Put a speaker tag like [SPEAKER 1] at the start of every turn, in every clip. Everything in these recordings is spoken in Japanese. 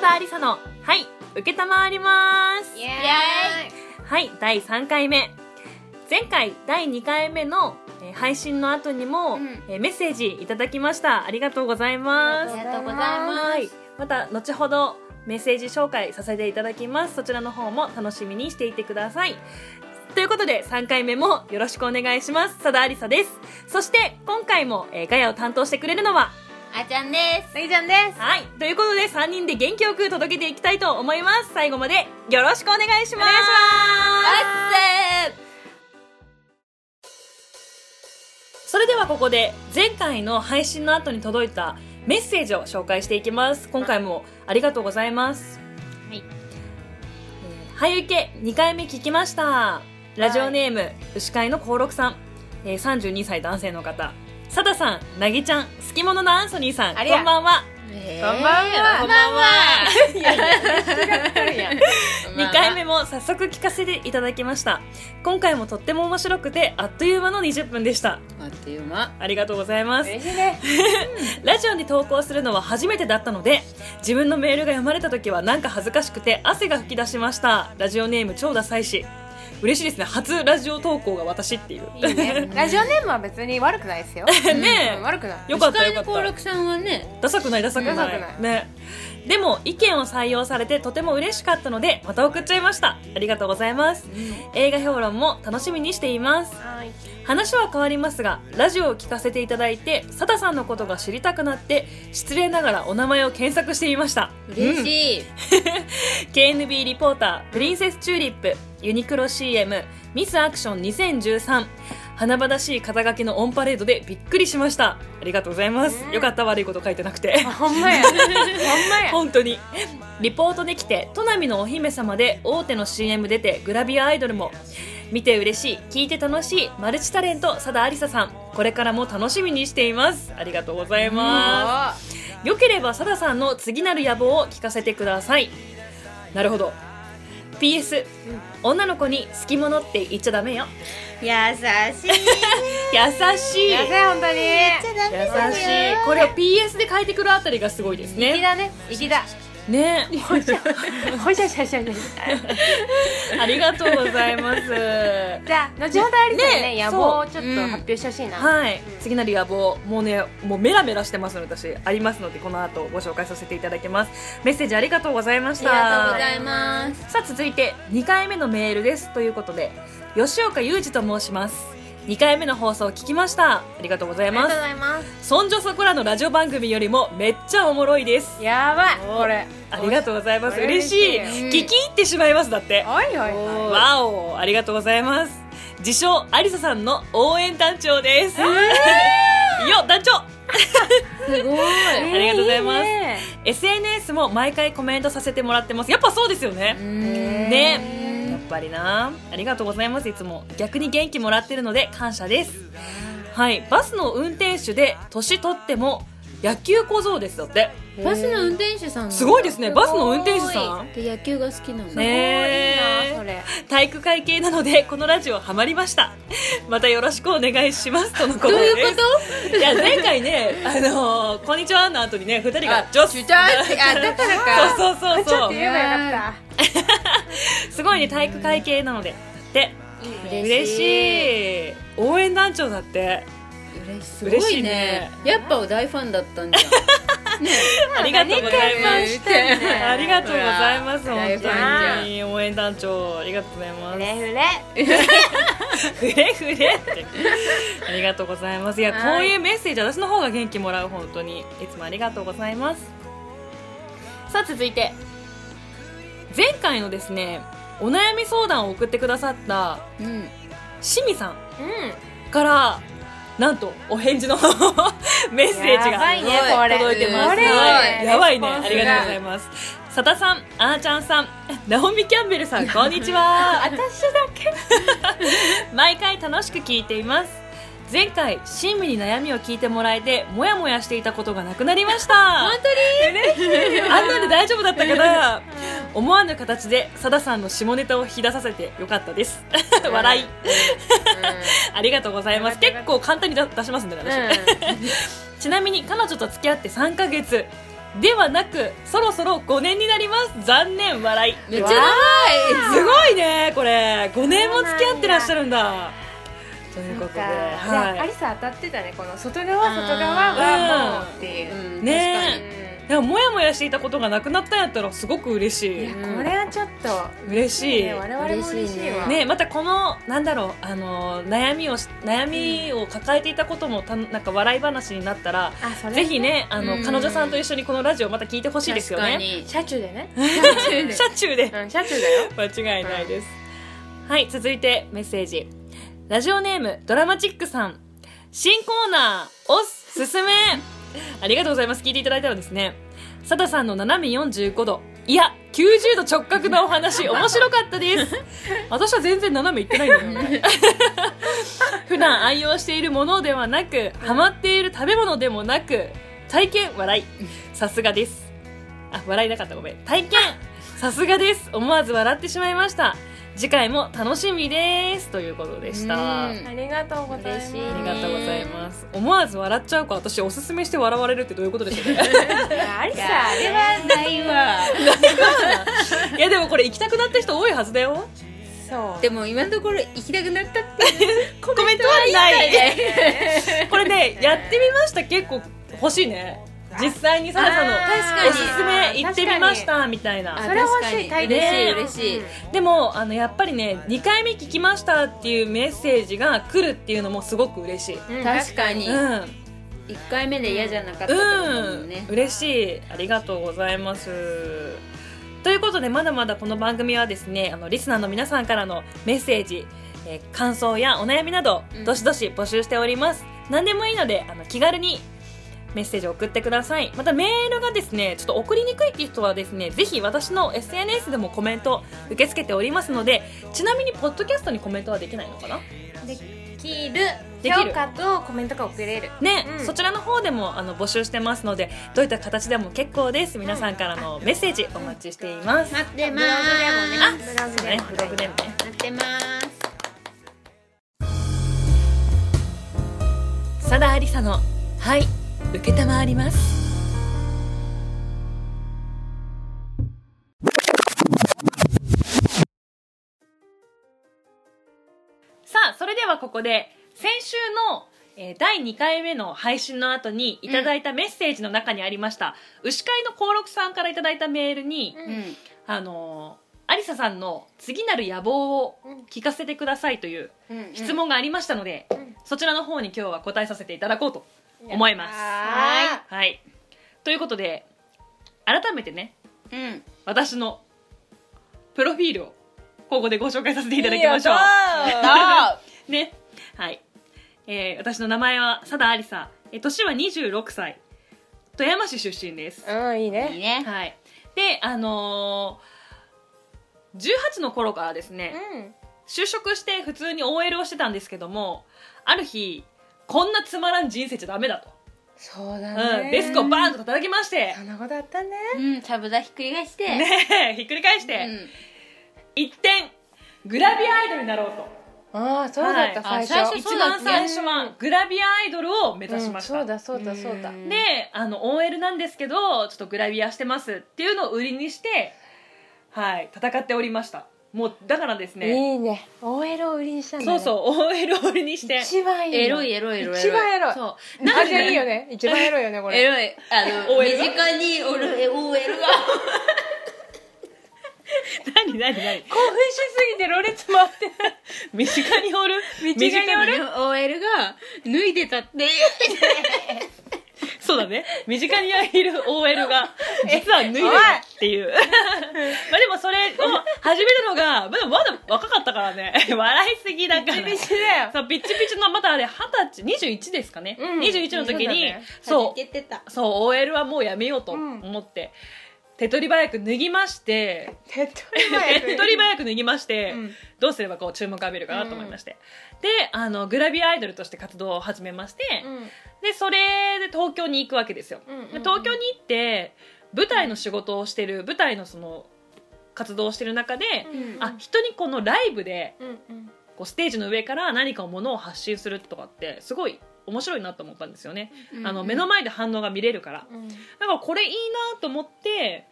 [SPEAKER 1] 田ありさの、はい、受けたまわります。
[SPEAKER 2] イエーイ
[SPEAKER 1] はい、第3回目。前回、第2回目のえー配信の後にも、
[SPEAKER 2] うん
[SPEAKER 1] えーメッセージいただきました。ありがとうございま
[SPEAKER 2] あ
[SPEAKER 1] す
[SPEAKER 2] り。がとうございま
[SPEAKER 1] はい。また、後ほど、メッセージ紹介させていただきます。そちらの方も楽しみにしていてください。ということで、3回目もよろしくお願いします。さだありさです。そして、今回も、えーガヤを担当してくれるのは、
[SPEAKER 2] す。あちゃんです。なぎちゃんです。
[SPEAKER 1] はい。ということで、3人で元気よく届けていきたいと思います。最後までよろしくお願いします。お願いします。それではここで、前回の配信の後に届いたメッセージを紹介していきます。今回もありがとうございます。
[SPEAKER 2] はい。
[SPEAKER 1] えーはゆけ2回目聞きました。ラジオネーム、牛飼いの幸六さん。えー32歳男性の方。さださん、なぎちゃん、すきもののアンソニーさん、
[SPEAKER 2] ありゃ
[SPEAKER 1] こんばんは。
[SPEAKER 2] こんばんは。
[SPEAKER 1] こんばんは。
[SPEAKER 2] 二
[SPEAKER 1] 2回目も早速聞かせていただきました今回もとっても面白くてあっという間の20分でした
[SPEAKER 3] あっという間
[SPEAKER 1] ありがとうございます
[SPEAKER 2] 嬉しいね。
[SPEAKER 1] ラジオに投稿するのは初めてだったので自分のメールが読まれた時はなんか恥ずかしくて汗が噴き出しましたラジオネーム超ダサいし嬉しいですね初ラジオ投稿が私っていう
[SPEAKER 2] いいね。ラジオネームは別に悪くないですよ。
[SPEAKER 1] ねえ
[SPEAKER 2] うん悪くない。
[SPEAKER 1] よかった
[SPEAKER 3] 司会
[SPEAKER 1] よか
[SPEAKER 3] の
[SPEAKER 1] った
[SPEAKER 3] 幸楽さんはね
[SPEAKER 1] ダサくないダサくない
[SPEAKER 2] ダサくない
[SPEAKER 1] ねでも意見を採用されてとても嬉しかったのでまた送っちゃいましたありがとうございます映画評論も楽しみにしています
[SPEAKER 2] はい。
[SPEAKER 1] 話は変わりますがラジオを聞かせていただいてサタさんのことが知りたくなって失礼ながらお名前を検索してみました
[SPEAKER 3] 嬉
[SPEAKER 1] い、
[SPEAKER 3] しい、
[SPEAKER 1] うん KNB リポータープリンセスチューリップユニクロ CM ミスアクション2013華々しい肩書きのオンパレードでびっくりしましたありがとうございます、
[SPEAKER 2] うん
[SPEAKER 1] よかった悪いこと書いてなくて
[SPEAKER 2] ほんまや。ほんま や。
[SPEAKER 1] 本当にリポートできて都並のお姫様で大手の CM 出てグラビアアイドルも見て嬉しい聞いて楽しいマルチタレント佐田ありささんこれからも楽しみにしていますありがとうございま
[SPEAKER 2] あ
[SPEAKER 1] すよければ佐田さんの次なる野望を聞かせてくださいなるほど PS、女の子に好き者って言っちゃダメよ
[SPEAKER 3] 優しい
[SPEAKER 1] 優しい
[SPEAKER 2] ー。やばい本当に。
[SPEAKER 1] 優しいこれを PS で書いてくるあたりがすごいです
[SPEAKER 2] 粋
[SPEAKER 1] ね
[SPEAKER 2] だね。粋だ。
[SPEAKER 1] ね
[SPEAKER 2] ほいしゃしゃしゃしゃ。
[SPEAKER 1] ありがとうございます
[SPEAKER 2] じゃあ後ほどありだ
[SPEAKER 1] ねえ
[SPEAKER 2] ね。野望をち
[SPEAKER 1] そ
[SPEAKER 2] ょ
[SPEAKER 1] う
[SPEAKER 2] っと発表してほしいな。
[SPEAKER 1] はい、次なる野望もうねもうメラメラしてますので私ありますのでこの後ご紹介させていただきますメッセージありがとうございました
[SPEAKER 3] ありがとうございます
[SPEAKER 1] さあ続いて2回目のメールですということで吉岡裕二と申します2回目の放送を聞きましたありがとうござい
[SPEAKER 2] ありが
[SPEAKER 1] ま
[SPEAKER 2] とう
[SPEAKER 1] す
[SPEAKER 2] ございます。
[SPEAKER 1] そんじょそこらのラジオ番組よりもめっちゃおもろいです
[SPEAKER 2] やばい。これ。
[SPEAKER 1] ありがとうございます嬉しい
[SPEAKER 2] 嬉
[SPEAKER 3] しい
[SPEAKER 1] 聞き入ってしまいますだって
[SPEAKER 2] はいはいはい。
[SPEAKER 3] おー
[SPEAKER 1] わおありがとうございます自称ありささんの応援団長です、よ団長
[SPEAKER 3] すごい
[SPEAKER 1] ありがとうございます
[SPEAKER 2] えーね
[SPEAKER 1] SNS も毎回コメントさせてもらってますやっぱそうですよね、ねやっぱりなありがとうございますいつも逆に元気もらってるので感謝ですはいバスの運転手で年取っても野球小僧ですだって
[SPEAKER 3] バスの運転手さん
[SPEAKER 1] すごいですねバスの運転手さん
[SPEAKER 3] んで野球が好きなの
[SPEAKER 1] ね
[SPEAKER 2] いいなそれ。
[SPEAKER 1] 体育会系なのでこのラジオハマりましたまたよろしくお願いしますとのこと
[SPEAKER 3] どう
[SPEAKER 1] です
[SPEAKER 3] いうこ
[SPEAKER 1] いや前回ね「あのーこんにちは」の後にね2人
[SPEAKER 3] と
[SPEAKER 1] が「ジョス」
[SPEAKER 3] ちゅちゃーってあだからか
[SPEAKER 1] そうそうそう
[SPEAKER 2] ち
[SPEAKER 1] そ
[SPEAKER 2] ょっと
[SPEAKER 1] う
[SPEAKER 2] 言えばよかった。
[SPEAKER 1] すごいね体育会系なのでで嬉しい応援団長だって
[SPEAKER 3] 嬉しす
[SPEAKER 1] 嬉
[SPEAKER 3] ご
[SPEAKER 1] しい
[SPEAKER 3] いね
[SPEAKER 1] ね
[SPEAKER 3] やっぱお大ファンだったんじゃん
[SPEAKER 1] ありがとうございま
[SPEAKER 3] 何回も
[SPEAKER 1] す
[SPEAKER 3] したよね
[SPEAKER 1] ありがとうございます
[SPEAKER 3] ほら
[SPEAKER 1] 本
[SPEAKER 3] 大
[SPEAKER 1] 当に応援団長ありがとうございま
[SPEAKER 2] ふ
[SPEAKER 1] す
[SPEAKER 2] れふれ。
[SPEAKER 1] ふれふれってありがとうございますいや
[SPEAKER 2] はい
[SPEAKER 1] こういうメッセージ私の方が元気もらう本当にいつもありがとうございますさあ続いて前回のですねお悩み相談を送ってくださった
[SPEAKER 3] うん
[SPEAKER 1] しみさん
[SPEAKER 2] う
[SPEAKER 1] からなんとお返事の メッセージ
[SPEAKER 2] や
[SPEAKER 1] が
[SPEAKER 2] ばいねこれ
[SPEAKER 1] 届いてます
[SPEAKER 3] これ
[SPEAKER 1] はいやばいね
[SPEAKER 2] レス
[SPEAKER 1] あ
[SPEAKER 2] ポンスが
[SPEAKER 1] りがとうございますさださんあーちゃんさんナオミ・キャンベル さんこんにちは私だけ 毎回楽しく聞いています前回親身に悩みを聞いてもらえてモヤモヤしていたことがなくなりました 本当にあんなんで大丈夫だったかな思わぬ形でさださんの下ネタを引き出させてよかったです 笑いありがとうございます。
[SPEAKER 2] ありが
[SPEAKER 1] 結構簡単に出出しますんで、私。
[SPEAKER 2] ん。
[SPEAKER 1] ちなみに彼女と付き合って3ヶ月。ではなくそろそろ5年になります残念笑い
[SPEAKER 3] めっちゃ長い
[SPEAKER 1] すごいねこれ5年も付き合ってらっしゃるんだという
[SPEAKER 2] そ
[SPEAKER 1] こ
[SPEAKER 2] っ
[SPEAKER 1] と
[SPEAKER 2] か
[SPEAKER 1] で、
[SPEAKER 2] じゃあ、
[SPEAKER 1] は
[SPEAKER 2] アリ
[SPEAKER 1] い、
[SPEAKER 2] サ当たってたねこの外側外側はもうっていう、
[SPEAKER 3] うん
[SPEAKER 1] ね
[SPEAKER 2] うん
[SPEAKER 1] でももやもやしていたことがなくなったんやったらすごく嬉し
[SPEAKER 2] い
[SPEAKER 1] い
[SPEAKER 2] やこれはちょっと
[SPEAKER 1] 嬉しい
[SPEAKER 2] ね我々も嬉しいわ
[SPEAKER 1] ねまたこのなんだろうあの悩みをし悩みを抱えていたこともたなんか笑い話になったら、
[SPEAKER 2] あそれ
[SPEAKER 1] ぜひねあの、
[SPEAKER 3] うん
[SPEAKER 1] 彼女さんと一緒にこのラジオまた聞いてほしいですよね
[SPEAKER 3] に
[SPEAKER 2] 車中でね
[SPEAKER 1] 車中で
[SPEAKER 2] うん車中だよ
[SPEAKER 1] 間違いないです、はい続いてメッセージラジオネームドラマチックさん新コーナーおすすめありがとうございます聞いていただいたらですねサダさんの斜め45度いや90度直角なお話面白かったです私は全然斜めいってないんだよね普段愛用しているものではなくハマっている食べ物でもなく体験笑いさすがですあ笑いなかったごめん体験さすがです思わず笑ってしまいました次回も楽しみですということでした
[SPEAKER 3] うん
[SPEAKER 2] ありがとうございま
[SPEAKER 3] 嬉
[SPEAKER 2] す
[SPEAKER 3] しいね
[SPEAKER 1] ありがとうございます思わず笑っちゃうか私おすすめして笑われるってどういうことでしょうね
[SPEAKER 2] いやアリサ
[SPEAKER 3] や
[SPEAKER 2] あれは
[SPEAKER 3] はないわ
[SPEAKER 1] いやでもこれ行きたくなった人多いはずだよ
[SPEAKER 2] そう
[SPEAKER 3] でも今のところ行きたくなったって
[SPEAKER 1] コメントはない
[SPEAKER 2] ね
[SPEAKER 1] これねやってみました結構欲しいね実際にサラさんの
[SPEAKER 2] あー
[SPEAKER 3] 確かに
[SPEAKER 1] おすすめ行ってみましたみたい
[SPEAKER 2] そ
[SPEAKER 1] な
[SPEAKER 2] れは欲しい
[SPEAKER 3] あ確かに
[SPEAKER 2] 体験
[SPEAKER 1] 嬉
[SPEAKER 3] しい嬉しい
[SPEAKER 2] うん
[SPEAKER 1] でもあのやっぱりね2回目聞きましたっていうメッセージが来るっていうのもすごく嬉しい
[SPEAKER 2] うん
[SPEAKER 3] 確かに
[SPEAKER 1] うん
[SPEAKER 3] 一回目で嫌じゃなかったってことだも
[SPEAKER 1] うんん、
[SPEAKER 3] ね
[SPEAKER 1] 嬉しいありがとうございますということでまだまだこの番組はですねあのリスナーの皆さんからのメッセージ、えー感想やお悩みなど、
[SPEAKER 3] うん
[SPEAKER 1] どしどし募集しております何でもいいのであの気軽にメッセージを送ってくださいまたメールがですねちょっと送りにくいっていう人はですねぜひ私の SNS でもコメント受け付けておりますのでちなみにポッドキャストにコメントはできないのかな
[SPEAKER 2] できる
[SPEAKER 1] できる
[SPEAKER 2] 評価とコメントが送れる
[SPEAKER 1] ね、
[SPEAKER 2] うん
[SPEAKER 1] そちらの方でもあの募集してますのでどういった形でも結構です皆さんからのメッセージお待ちしています、
[SPEAKER 3] 待って
[SPEAKER 2] ブ
[SPEAKER 3] ま
[SPEAKER 2] ロ
[SPEAKER 3] ー
[SPEAKER 2] グで
[SPEAKER 1] そう
[SPEAKER 2] もねブログ
[SPEAKER 1] ね
[SPEAKER 2] でも
[SPEAKER 1] ブログでもね
[SPEAKER 3] す待ってます
[SPEAKER 1] さだありさのはい承りますさあそれではここで先週の、えー第2回目の配信の後にいただいたメッセージの中にありました、牛飼いの幸六さんからいただいたメールに、
[SPEAKER 2] うん
[SPEAKER 3] うん
[SPEAKER 1] あのー、アリサさんの次なる野望を聞かせてくださいという質問がありましたので、
[SPEAKER 2] うん
[SPEAKER 1] そちらの方に今日は答えさせていただこうと
[SPEAKER 2] や
[SPEAKER 1] 思います。
[SPEAKER 2] は
[SPEAKER 1] はい。ということで、改めてね、
[SPEAKER 3] うん
[SPEAKER 1] 私のプロフィールをここでご紹介させていただきましょ
[SPEAKER 3] あ
[SPEAKER 1] う。ね。はい。えー私の名前は佐田アリサ。えー年は26歳。富山市出身です。
[SPEAKER 2] うんいい
[SPEAKER 3] ーいい
[SPEAKER 2] ね
[SPEAKER 3] ね
[SPEAKER 1] はい。で、あのー18の頃からですね、
[SPEAKER 2] うん
[SPEAKER 1] 就職して普通に OL をしてたんですけどもある日こんなつまらん人生じゃダメだと、
[SPEAKER 2] そうだ
[SPEAKER 1] うん、
[SPEAKER 2] ね
[SPEAKER 1] デスクをバーンと叩きまして
[SPEAKER 2] そんなことあったね
[SPEAKER 3] うんサブダひっくり返して
[SPEAKER 1] ねえひっくり返して、
[SPEAKER 3] うん
[SPEAKER 1] 一転グラビアアイドルになろうと
[SPEAKER 2] ああそうだった
[SPEAKER 3] はい
[SPEAKER 2] 最
[SPEAKER 3] あ
[SPEAKER 2] 初
[SPEAKER 3] 最初そ
[SPEAKER 1] 一
[SPEAKER 3] うだ
[SPEAKER 1] 番最初はグラビアアイドルを目指しました、
[SPEAKER 2] うんそうだそうだそうだ
[SPEAKER 3] うん
[SPEAKER 1] であの OL なんですけどちょっとグラビアしてますっていうのを売りにしてはい戦っておりましたもうだからですね
[SPEAKER 2] いいね OL を売りにしたんだ
[SPEAKER 1] そう
[SPEAKER 2] ね
[SPEAKER 1] そう OL を売りにして
[SPEAKER 2] 一番いいの
[SPEAKER 3] エロいエロいエロい
[SPEAKER 2] 一番エロい
[SPEAKER 3] そう
[SPEAKER 2] あ
[SPEAKER 3] なん
[SPEAKER 2] じゃあ
[SPEAKER 3] で
[SPEAKER 2] いいよね一番エロいよねこ
[SPEAKER 3] エ
[SPEAKER 2] れ
[SPEAKER 3] ロいあの
[SPEAKER 1] OL
[SPEAKER 3] 身近におる OL が
[SPEAKER 1] 何何何
[SPEAKER 2] 興奮しすぎてろれつ回って
[SPEAKER 1] 身近におる身
[SPEAKER 3] 身近に おる OL が脱いでたっていう
[SPEAKER 1] そうだね。身近にいる OL が、実は脱いでるっていう。 まあでもそれを始めるのが、まだまだ若かったからね。 笑いすぎだから。
[SPEAKER 2] 厳しいだよ
[SPEAKER 1] そう、ピッチピチの、まだあれ、二十歳、21ですかね。
[SPEAKER 2] うん
[SPEAKER 1] 21の時に、
[SPEAKER 3] そう
[SPEAKER 1] そ
[SPEAKER 3] 言ってた
[SPEAKER 1] う、そう、OL はもうやめようと思って、手っ取り早く脱ぎまして、
[SPEAKER 2] 手っ取 り
[SPEAKER 1] 手
[SPEAKER 2] 早
[SPEAKER 1] っ
[SPEAKER 2] く
[SPEAKER 1] 取り早く脱ぎまして、
[SPEAKER 2] うん
[SPEAKER 1] どうすればこう注目を浴びるかなと思いまして。で、あの、グラビアアイドルとして活動を始めまして、でそれで東京に行くわけですよ、
[SPEAKER 2] うんうんうん
[SPEAKER 1] で東京に行って舞台の仕事をしてる舞台のその活動をしてる中で、
[SPEAKER 2] うんうん
[SPEAKER 1] あ人にこのライブで
[SPEAKER 2] うんうん
[SPEAKER 1] こうステージの上から何かものを発信するとかってすごい面白いなと思ったんですよね、
[SPEAKER 3] うん
[SPEAKER 1] あの目の前で反応が見れるから
[SPEAKER 2] うん
[SPEAKER 1] だからこれいいなと思って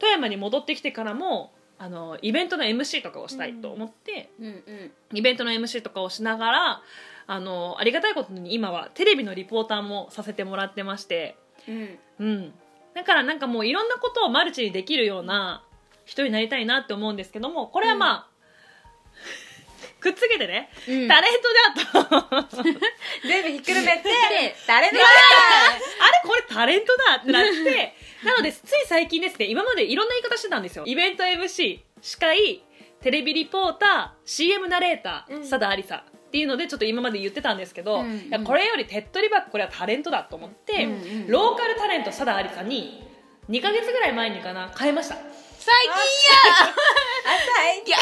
[SPEAKER 1] 富山に戻ってきてからもあのイベントの MC とかをしたいと思って、
[SPEAKER 3] うんうん
[SPEAKER 1] イベントの MC とかをしながらあのありがたいことに今はテレビのリポーターもさせてもらってまして
[SPEAKER 3] うん
[SPEAKER 1] うんだからなんかもういろんなことをマルチにできるような人になりたいなって思うんですけどもこれはまあ、 くっつけてね、
[SPEAKER 3] うん
[SPEAKER 1] タレントだとあれ
[SPEAKER 2] 全部ひっくるめて
[SPEAKER 3] で
[SPEAKER 2] 誰でも
[SPEAKER 1] これタレントだってな ってなのでつい最近ですね今までいろんな言い方してたんですよイベント MC 司会テレビリポーター CM ナレータ
[SPEAKER 2] う
[SPEAKER 1] ー
[SPEAKER 2] ん
[SPEAKER 1] さだありさっていうのでちょっと今まで言ってたんですけど、
[SPEAKER 3] うん
[SPEAKER 1] いやこれより手っ取り早くこれはタレントだと思って、
[SPEAKER 3] うんうん
[SPEAKER 1] ローカルタレントさだありさに2ヶ月ぐらい前にかな変えました
[SPEAKER 3] 最
[SPEAKER 2] 浅い
[SPEAKER 3] 近や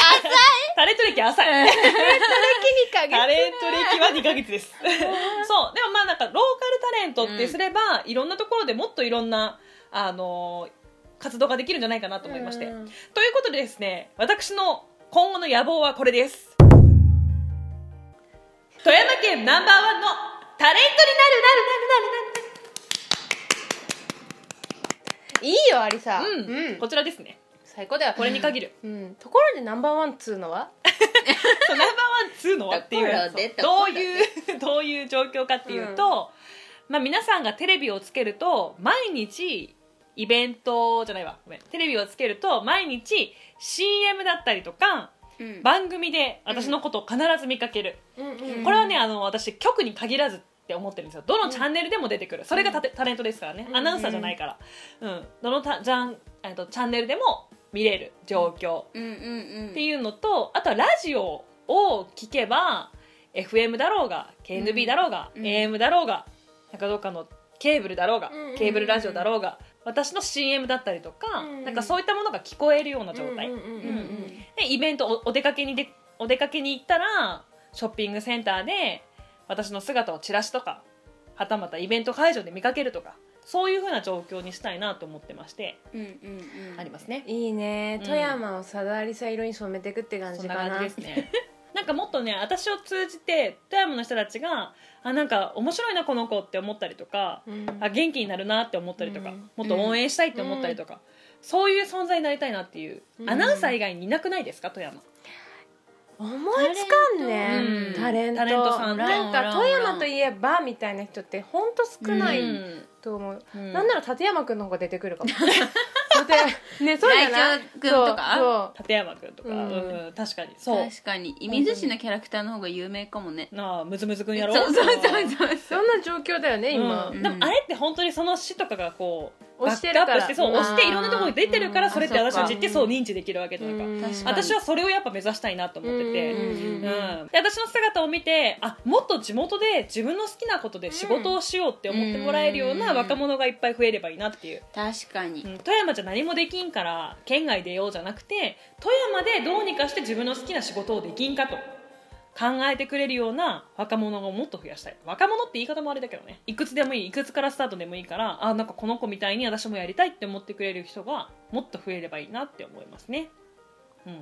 [SPEAKER 1] タレント歴浅い
[SPEAKER 2] タレント
[SPEAKER 1] タレント歴は2ヶ月です そうでもまあなんかローカルタレントってすれば、いろんなところでもっといろんなあのー活動ができるんじゃないかなと思いまして、
[SPEAKER 2] うん
[SPEAKER 1] ということでですね私の今後の野望はこれです富山県ナンバーワンのタレントになるなるなるなるなる
[SPEAKER 2] いいよありさ
[SPEAKER 1] うん、こちらですね
[SPEAKER 2] 最高だよ
[SPEAKER 1] これに限る、
[SPEAKER 2] うんところでナンバーワンっつうのは
[SPEAKER 1] そうナンバーワンツーのはっていうやつ
[SPEAKER 3] ところでと
[SPEAKER 1] ど
[SPEAKER 3] こ
[SPEAKER 1] う
[SPEAKER 3] ろで
[SPEAKER 1] いう どういう状況かっていうと、まあ、皆さんがテレビをつけると毎日イベントじゃないわごめんテレビをつけると毎日 CM だったりとか
[SPEAKER 3] 近いや
[SPEAKER 1] 番組で私のことを必ず見かける、
[SPEAKER 2] こ
[SPEAKER 1] これはねあの私局に限らずって思ってるんですよどのチャンネルでも出てくるそれがタテタレントですからね、
[SPEAKER 2] うん
[SPEAKER 1] アナウンサーじゃないから、うん、どのたじゃんえっとチャンネルでも見れる状況、
[SPEAKER 3] うんうんうん
[SPEAKER 1] っていうのとあとはラジオを聞けば FM だろうが KNB だろうが、
[SPEAKER 3] うん
[SPEAKER 1] AM だろうがなんかどっかのケーブルだろうが、
[SPEAKER 2] うん
[SPEAKER 1] ケーブルラジオだろうが私の CM だったりとか、
[SPEAKER 2] うん
[SPEAKER 1] なんかそういったものが聞こえるような状態、
[SPEAKER 2] うんうんうん
[SPEAKER 3] うんうん
[SPEAKER 1] でイベントおお出かけにでお出かけに行ったらショッピングセンターで私の姿をチラシとかはたまたイベント会場で見かけるとかそういうふうな状況にしたいなと思ってまして、
[SPEAKER 3] うんうんうん
[SPEAKER 1] ありますね
[SPEAKER 2] いいね
[SPEAKER 1] うん
[SPEAKER 2] 富山をさだありさ色に染めていくって感
[SPEAKER 1] そ
[SPEAKER 2] じ
[SPEAKER 1] ん
[SPEAKER 2] か
[SPEAKER 1] な
[SPEAKER 2] な
[SPEAKER 1] 感じですね なんかもっとね私を通じて富山の人たちがあなんか面白いなこの子って思ったりとか、
[SPEAKER 2] うん
[SPEAKER 1] あ元気になるなって思ったりとか、
[SPEAKER 2] うん
[SPEAKER 1] もっと応援したいって思ったりとか、そういう存在になりたいなっていう、
[SPEAKER 2] うん
[SPEAKER 1] アナウンサー以外にいなくないですか富山
[SPEAKER 2] 思いつかんね
[SPEAKER 1] タ
[SPEAKER 2] タ
[SPEAKER 1] レ
[SPEAKER 2] レ
[SPEAKER 1] ン
[SPEAKER 2] ン
[SPEAKER 1] ト
[SPEAKER 2] ト
[SPEAKER 1] タレントさんって
[SPEAKER 2] なん
[SPEAKER 3] おらんおら
[SPEAKER 2] か
[SPEAKER 3] ん
[SPEAKER 2] 富山といえばみたいな人ってほんと少な
[SPEAKER 1] う
[SPEAKER 2] い
[SPEAKER 1] ん
[SPEAKER 2] と思う、
[SPEAKER 1] うん
[SPEAKER 2] なんなら立山君の方が出てく るかも立ねそうじゃない
[SPEAKER 3] 内藤君とか
[SPEAKER 2] そう
[SPEAKER 1] 立山君とか、う
[SPEAKER 2] うんん
[SPEAKER 1] 確かにそう
[SPEAKER 3] 確かに射水市のキャラクターの方が有名かもね
[SPEAKER 1] なあムズムズ君や
[SPEAKER 3] そ
[SPEAKER 1] ろ
[SPEAKER 3] うそうそうそう
[SPEAKER 2] そうそんな状況だよね今、
[SPEAKER 1] う
[SPEAKER 2] うんん
[SPEAKER 1] でもあれって本当にその市とかがこうバ
[SPEAKER 2] 押
[SPEAKER 1] ッ
[SPEAKER 2] して
[SPEAKER 1] ク
[SPEAKER 2] る
[SPEAKER 1] ア
[SPEAKER 2] か
[SPEAKER 1] ッ
[SPEAKER 2] ら
[SPEAKER 1] プしてそう
[SPEAKER 2] うん
[SPEAKER 1] 押していろんなところに出てるから
[SPEAKER 3] あー
[SPEAKER 1] それって私たちってそう
[SPEAKER 2] そっか
[SPEAKER 1] 認知できるわけじゃないか、
[SPEAKER 3] 確かに
[SPEAKER 1] 私はそれをやっぱ目指したいなと思ってて、
[SPEAKER 2] うん
[SPEAKER 1] うん、で私の姿を見てあもっと地元で自分の好きなことで仕事をしようって思ってもらえるような
[SPEAKER 3] うん
[SPEAKER 1] 若者がいっぱい増えればいいなっていう、
[SPEAKER 3] 確かに
[SPEAKER 1] うん、富山じゃ何もできんから県外出ようじゃなくて富山でどうにかして自分の好きな仕事をできんかと考えてくれるような若者をもっと増やしたい若者って言い方もあれだけどねいくつでもいいいくつからスタートでもいいからあなんかこの子みたいに私もやりたいって思ってくれる人がもっと増えればいいなって思いますねうん
[SPEAKER 2] ちょ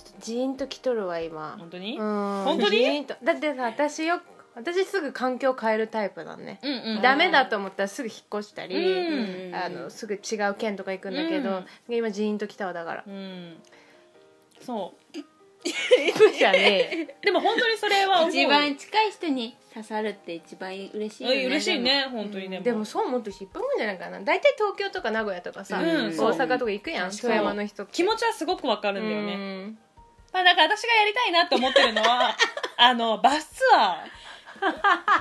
[SPEAKER 2] っとジーンときとるわ今
[SPEAKER 1] 本当に、本
[SPEAKER 2] 本
[SPEAKER 1] 当に
[SPEAKER 2] だってさ私よ私すぐ環境変えるタイプだね、
[SPEAKER 1] うんうん
[SPEAKER 2] ダメだと思ったらすぐ引っ越したり、
[SPEAKER 1] うん
[SPEAKER 2] あのすぐ違う県とか行くんだけど、今ジーンときたわだ から
[SPEAKER 1] うんそう
[SPEAKER 2] そうじゃね
[SPEAKER 1] でも本当にそれは思う
[SPEAKER 3] 一番近い人に刺さるって一番嬉しいよね
[SPEAKER 1] うん嬉しいね本当にね
[SPEAKER 2] でもそう思うと引っ張るんじゃないかな大体東京とか名古屋とかさ、
[SPEAKER 3] うん
[SPEAKER 2] 大阪とか行くやん
[SPEAKER 1] そう
[SPEAKER 2] 富山の人って
[SPEAKER 1] 気持ちはすごくわか
[SPEAKER 2] あ
[SPEAKER 1] るんだよね、まあ、だから私がやりたいなと思ってるの はあのバスツアー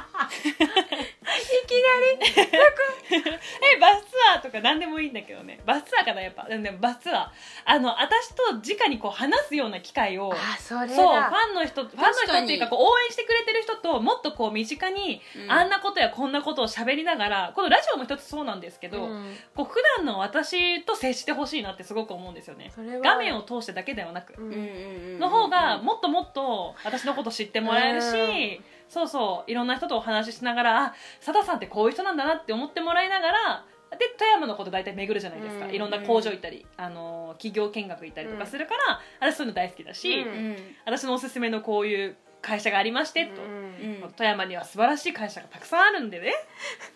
[SPEAKER 1] いきなり えバスツアーとか何でもいいんだけどねバスツアーかなやっぱでもバスツアーあの私と直にこう話すような機会を
[SPEAKER 2] あそれだ
[SPEAKER 1] そうファンの人ファンの
[SPEAKER 3] 確
[SPEAKER 1] 人
[SPEAKER 3] か
[SPEAKER 1] っ
[SPEAKER 3] に
[SPEAKER 1] ていうかこう応援してくれてる人ともっとこう身近に
[SPEAKER 3] うん
[SPEAKER 1] あんなことやこんなことを喋りながらこのラジオも一つそうなんですけど、
[SPEAKER 2] うん
[SPEAKER 1] こう普段の私と接してほしいなってすごく思うんですよね
[SPEAKER 2] それは
[SPEAKER 1] 画面を通してだけではなく、
[SPEAKER 2] うん
[SPEAKER 3] うんうんうん
[SPEAKER 1] の方がもっともっと私のこと知ってもらえるし、そうそういろんな人とお話ししながらあ佐田さんってこういう人なんだなって思ってもらいながらで富山のこと大体巡るじゃないですか、
[SPEAKER 2] うん
[SPEAKER 1] いろんな工場行ったり、あの企業見学行ったりとかするから、私そういうの大好きだし、
[SPEAKER 2] うん
[SPEAKER 3] うん
[SPEAKER 1] 私のおすすめのこういう会社がありましてと、
[SPEAKER 2] うん
[SPEAKER 3] ん
[SPEAKER 1] 富山には素晴らしい会社がたくさんあるんでね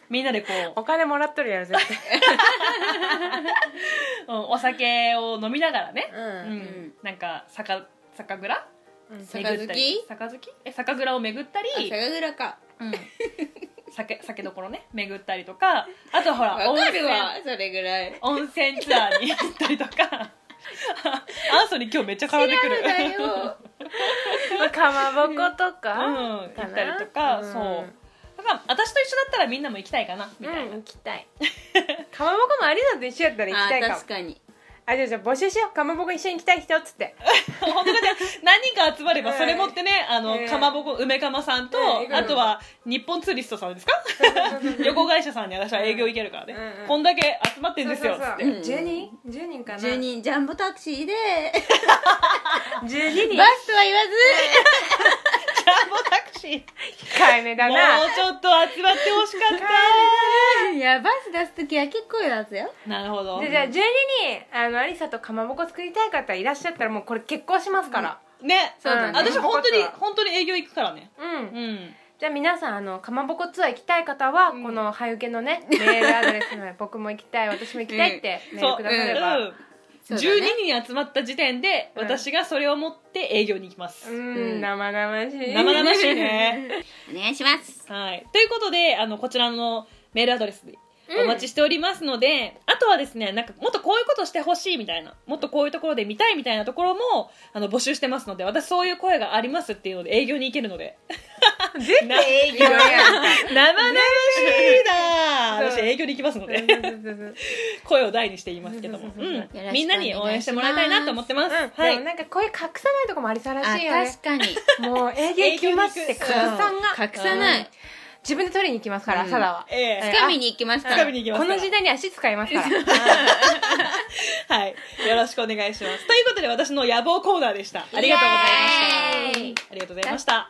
[SPEAKER 1] みんなでこう
[SPEAKER 2] お金もらっとるやろ絶
[SPEAKER 1] うんお酒を飲みながらね、う
[SPEAKER 2] 対
[SPEAKER 1] んなんか酒酒蔵
[SPEAKER 2] うん
[SPEAKER 3] 酒
[SPEAKER 1] 巡ったり酒月え酒蔵を巡ったり
[SPEAKER 3] あ酒蔵か
[SPEAKER 1] うん、酒酒どころね巡ったりとかあとほら
[SPEAKER 3] わ
[SPEAKER 1] 温
[SPEAKER 3] か
[SPEAKER 1] 泉
[SPEAKER 3] るわそれぐらい
[SPEAKER 1] 温泉ツアーに行ったりとかアンソニー今日めっちゃ絡んでくる
[SPEAKER 3] 違うんだよ
[SPEAKER 2] まあかまぼこと
[SPEAKER 1] うん、
[SPEAKER 2] か
[SPEAKER 1] 行ったりとか、
[SPEAKER 2] うん
[SPEAKER 1] そうだから私と一緒だったらみんなも行きたいかなみ
[SPEAKER 2] う
[SPEAKER 1] たいな、
[SPEAKER 2] ん行きたい かまぼこもアリナと一緒やったら行きたい
[SPEAKER 3] あ
[SPEAKER 2] かも
[SPEAKER 3] 確かに
[SPEAKER 2] あじゃあじゃあ募集しようかまぼこ一緒に行きたい人っつって
[SPEAKER 1] 本当だね何人か集まればそれ持ってね、あの
[SPEAKER 2] ええ
[SPEAKER 1] かまぼこ梅かまさんと、
[SPEAKER 2] うん
[SPEAKER 1] あとは日本ツーリストさんです か旅行会社さんに私は営業行けるからね、
[SPEAKER 2] うんうん
[SPEAKER 1] こんだけ集まってんですよつって
[SPEAKER 3] うん
[SPEAKER 2] 10人 ?10 人かな
[SPEAKER 3] 10人ジャンボタクシーで
[SPEAKER 2] 12人
[SPEAKER 3] バスとは言わ
[SPEAKER 1] ジャンボタクシー
[SPEAKER 2] 控えめだ
[SPEAKER 1] も
[SPEAKER 2] な
[SPEAKER 1] うちょっと集まってほしかっ
[SPEAKER 3] ずいやバス出す時は結構やつよ
[SPEAKER 1] たなるほど
[SPEAKER 2] でじゃあ12人あのアリサとかまぼこ作りたい方いらっしゃったらもうこれ結婚しますから
[SPEAKER 1] ね
[SPEAKER 3] そうだね
[SPEAKER 1] 私本当に
[SPEAKER 2] うん
[SPEAKER 1] 本当に営業行くからね
[SPEAKER 2] うん、
[SPEAKER 1] うん
[SPEAKER 2] じゃあ皆さんあのかまぼこツアー行きたい方は、
[SPEAKER 1] うん
[SPEAKER 2] この「はゆけ」のねメールアドレスの 僕も行きたい私も行きたいってメールくだされば、
[SPEAKER 1] うん
[SPEAKER 3] そうだね
[SPEAKER 1] 12人集まった時点で
[SPEAKER 2] うん
[SPEAKER 1] 私がそれを持って営業に行きます、
[SPEAKER 2] うん
[SPEAKER 3] うん
[SPEAKER 2] 生々しい
[SPEAKER 1] 生々しい ね
[SPEAKER 3] お願いします
[SPEAKER 1] はいということであのこちらのメールアドレスでお待ちしておりますので、あとはですねなんかもっとこういうことしてほしいみたいなもっとこういうところで見たいみたいなところもあの募集してますので私そういう声がありますっていうので営業に行けるので
[SPEAKER 2] 絶対営業やん
[SPEAKER 1] 生々しいな
[SPEAKER 2] うん
[SPEAKER 1] 私営業に行きますので
[SPEAKER 2] うん
[SPEAKER 1] 声を大にして言いますけども、
[SPEAKER 2] うん
[SPEAKER 1] うん
[SPEAKER 2] よろ
[SPEAKER 3] しくお願いします
[SPEAKER 1] みんなに応援してもらいたいなと思ってます、は
[SPEAKER 2] でも
[SPEAKER 1] い
[SPEAKER 2] なんかこういう隠さないとこもありそうら
[SPEAKER 3] あ
[SPEAKER 2] しいよね
[SPEAKER 3] 確かに
[SPEAKER 2] もう営業行きますって
[SPEAKER 1] 営業行く
[SPEAKER 2] 隠さんが
[SPEAKER 3] 隠さ
[SPEAKER 2] う
[SPEAKER 3] な
[SPEAKER 2] ん
[SPEAKER 3] い
[SPEAKER 2] 自分で取りに行きますから、
[SPEAKER 3] うん
[SPEAKER 2] サダは
[SPEAKER 1] ええ
[SPEAKER 3] つかみに行きますか
[SPEAKER 1] つからみに行きます
[SPEAKER 2] こ
[SPEAKER 1] から
[SPEAKER 2] の時代に足使いますから
[SPEAKER 1] はいよろしくお願いしますということで私の野望コーナーでしたありがとうございました
[SPEAKER 3] イエーイ
[SPEAKER 1] ありがとうございました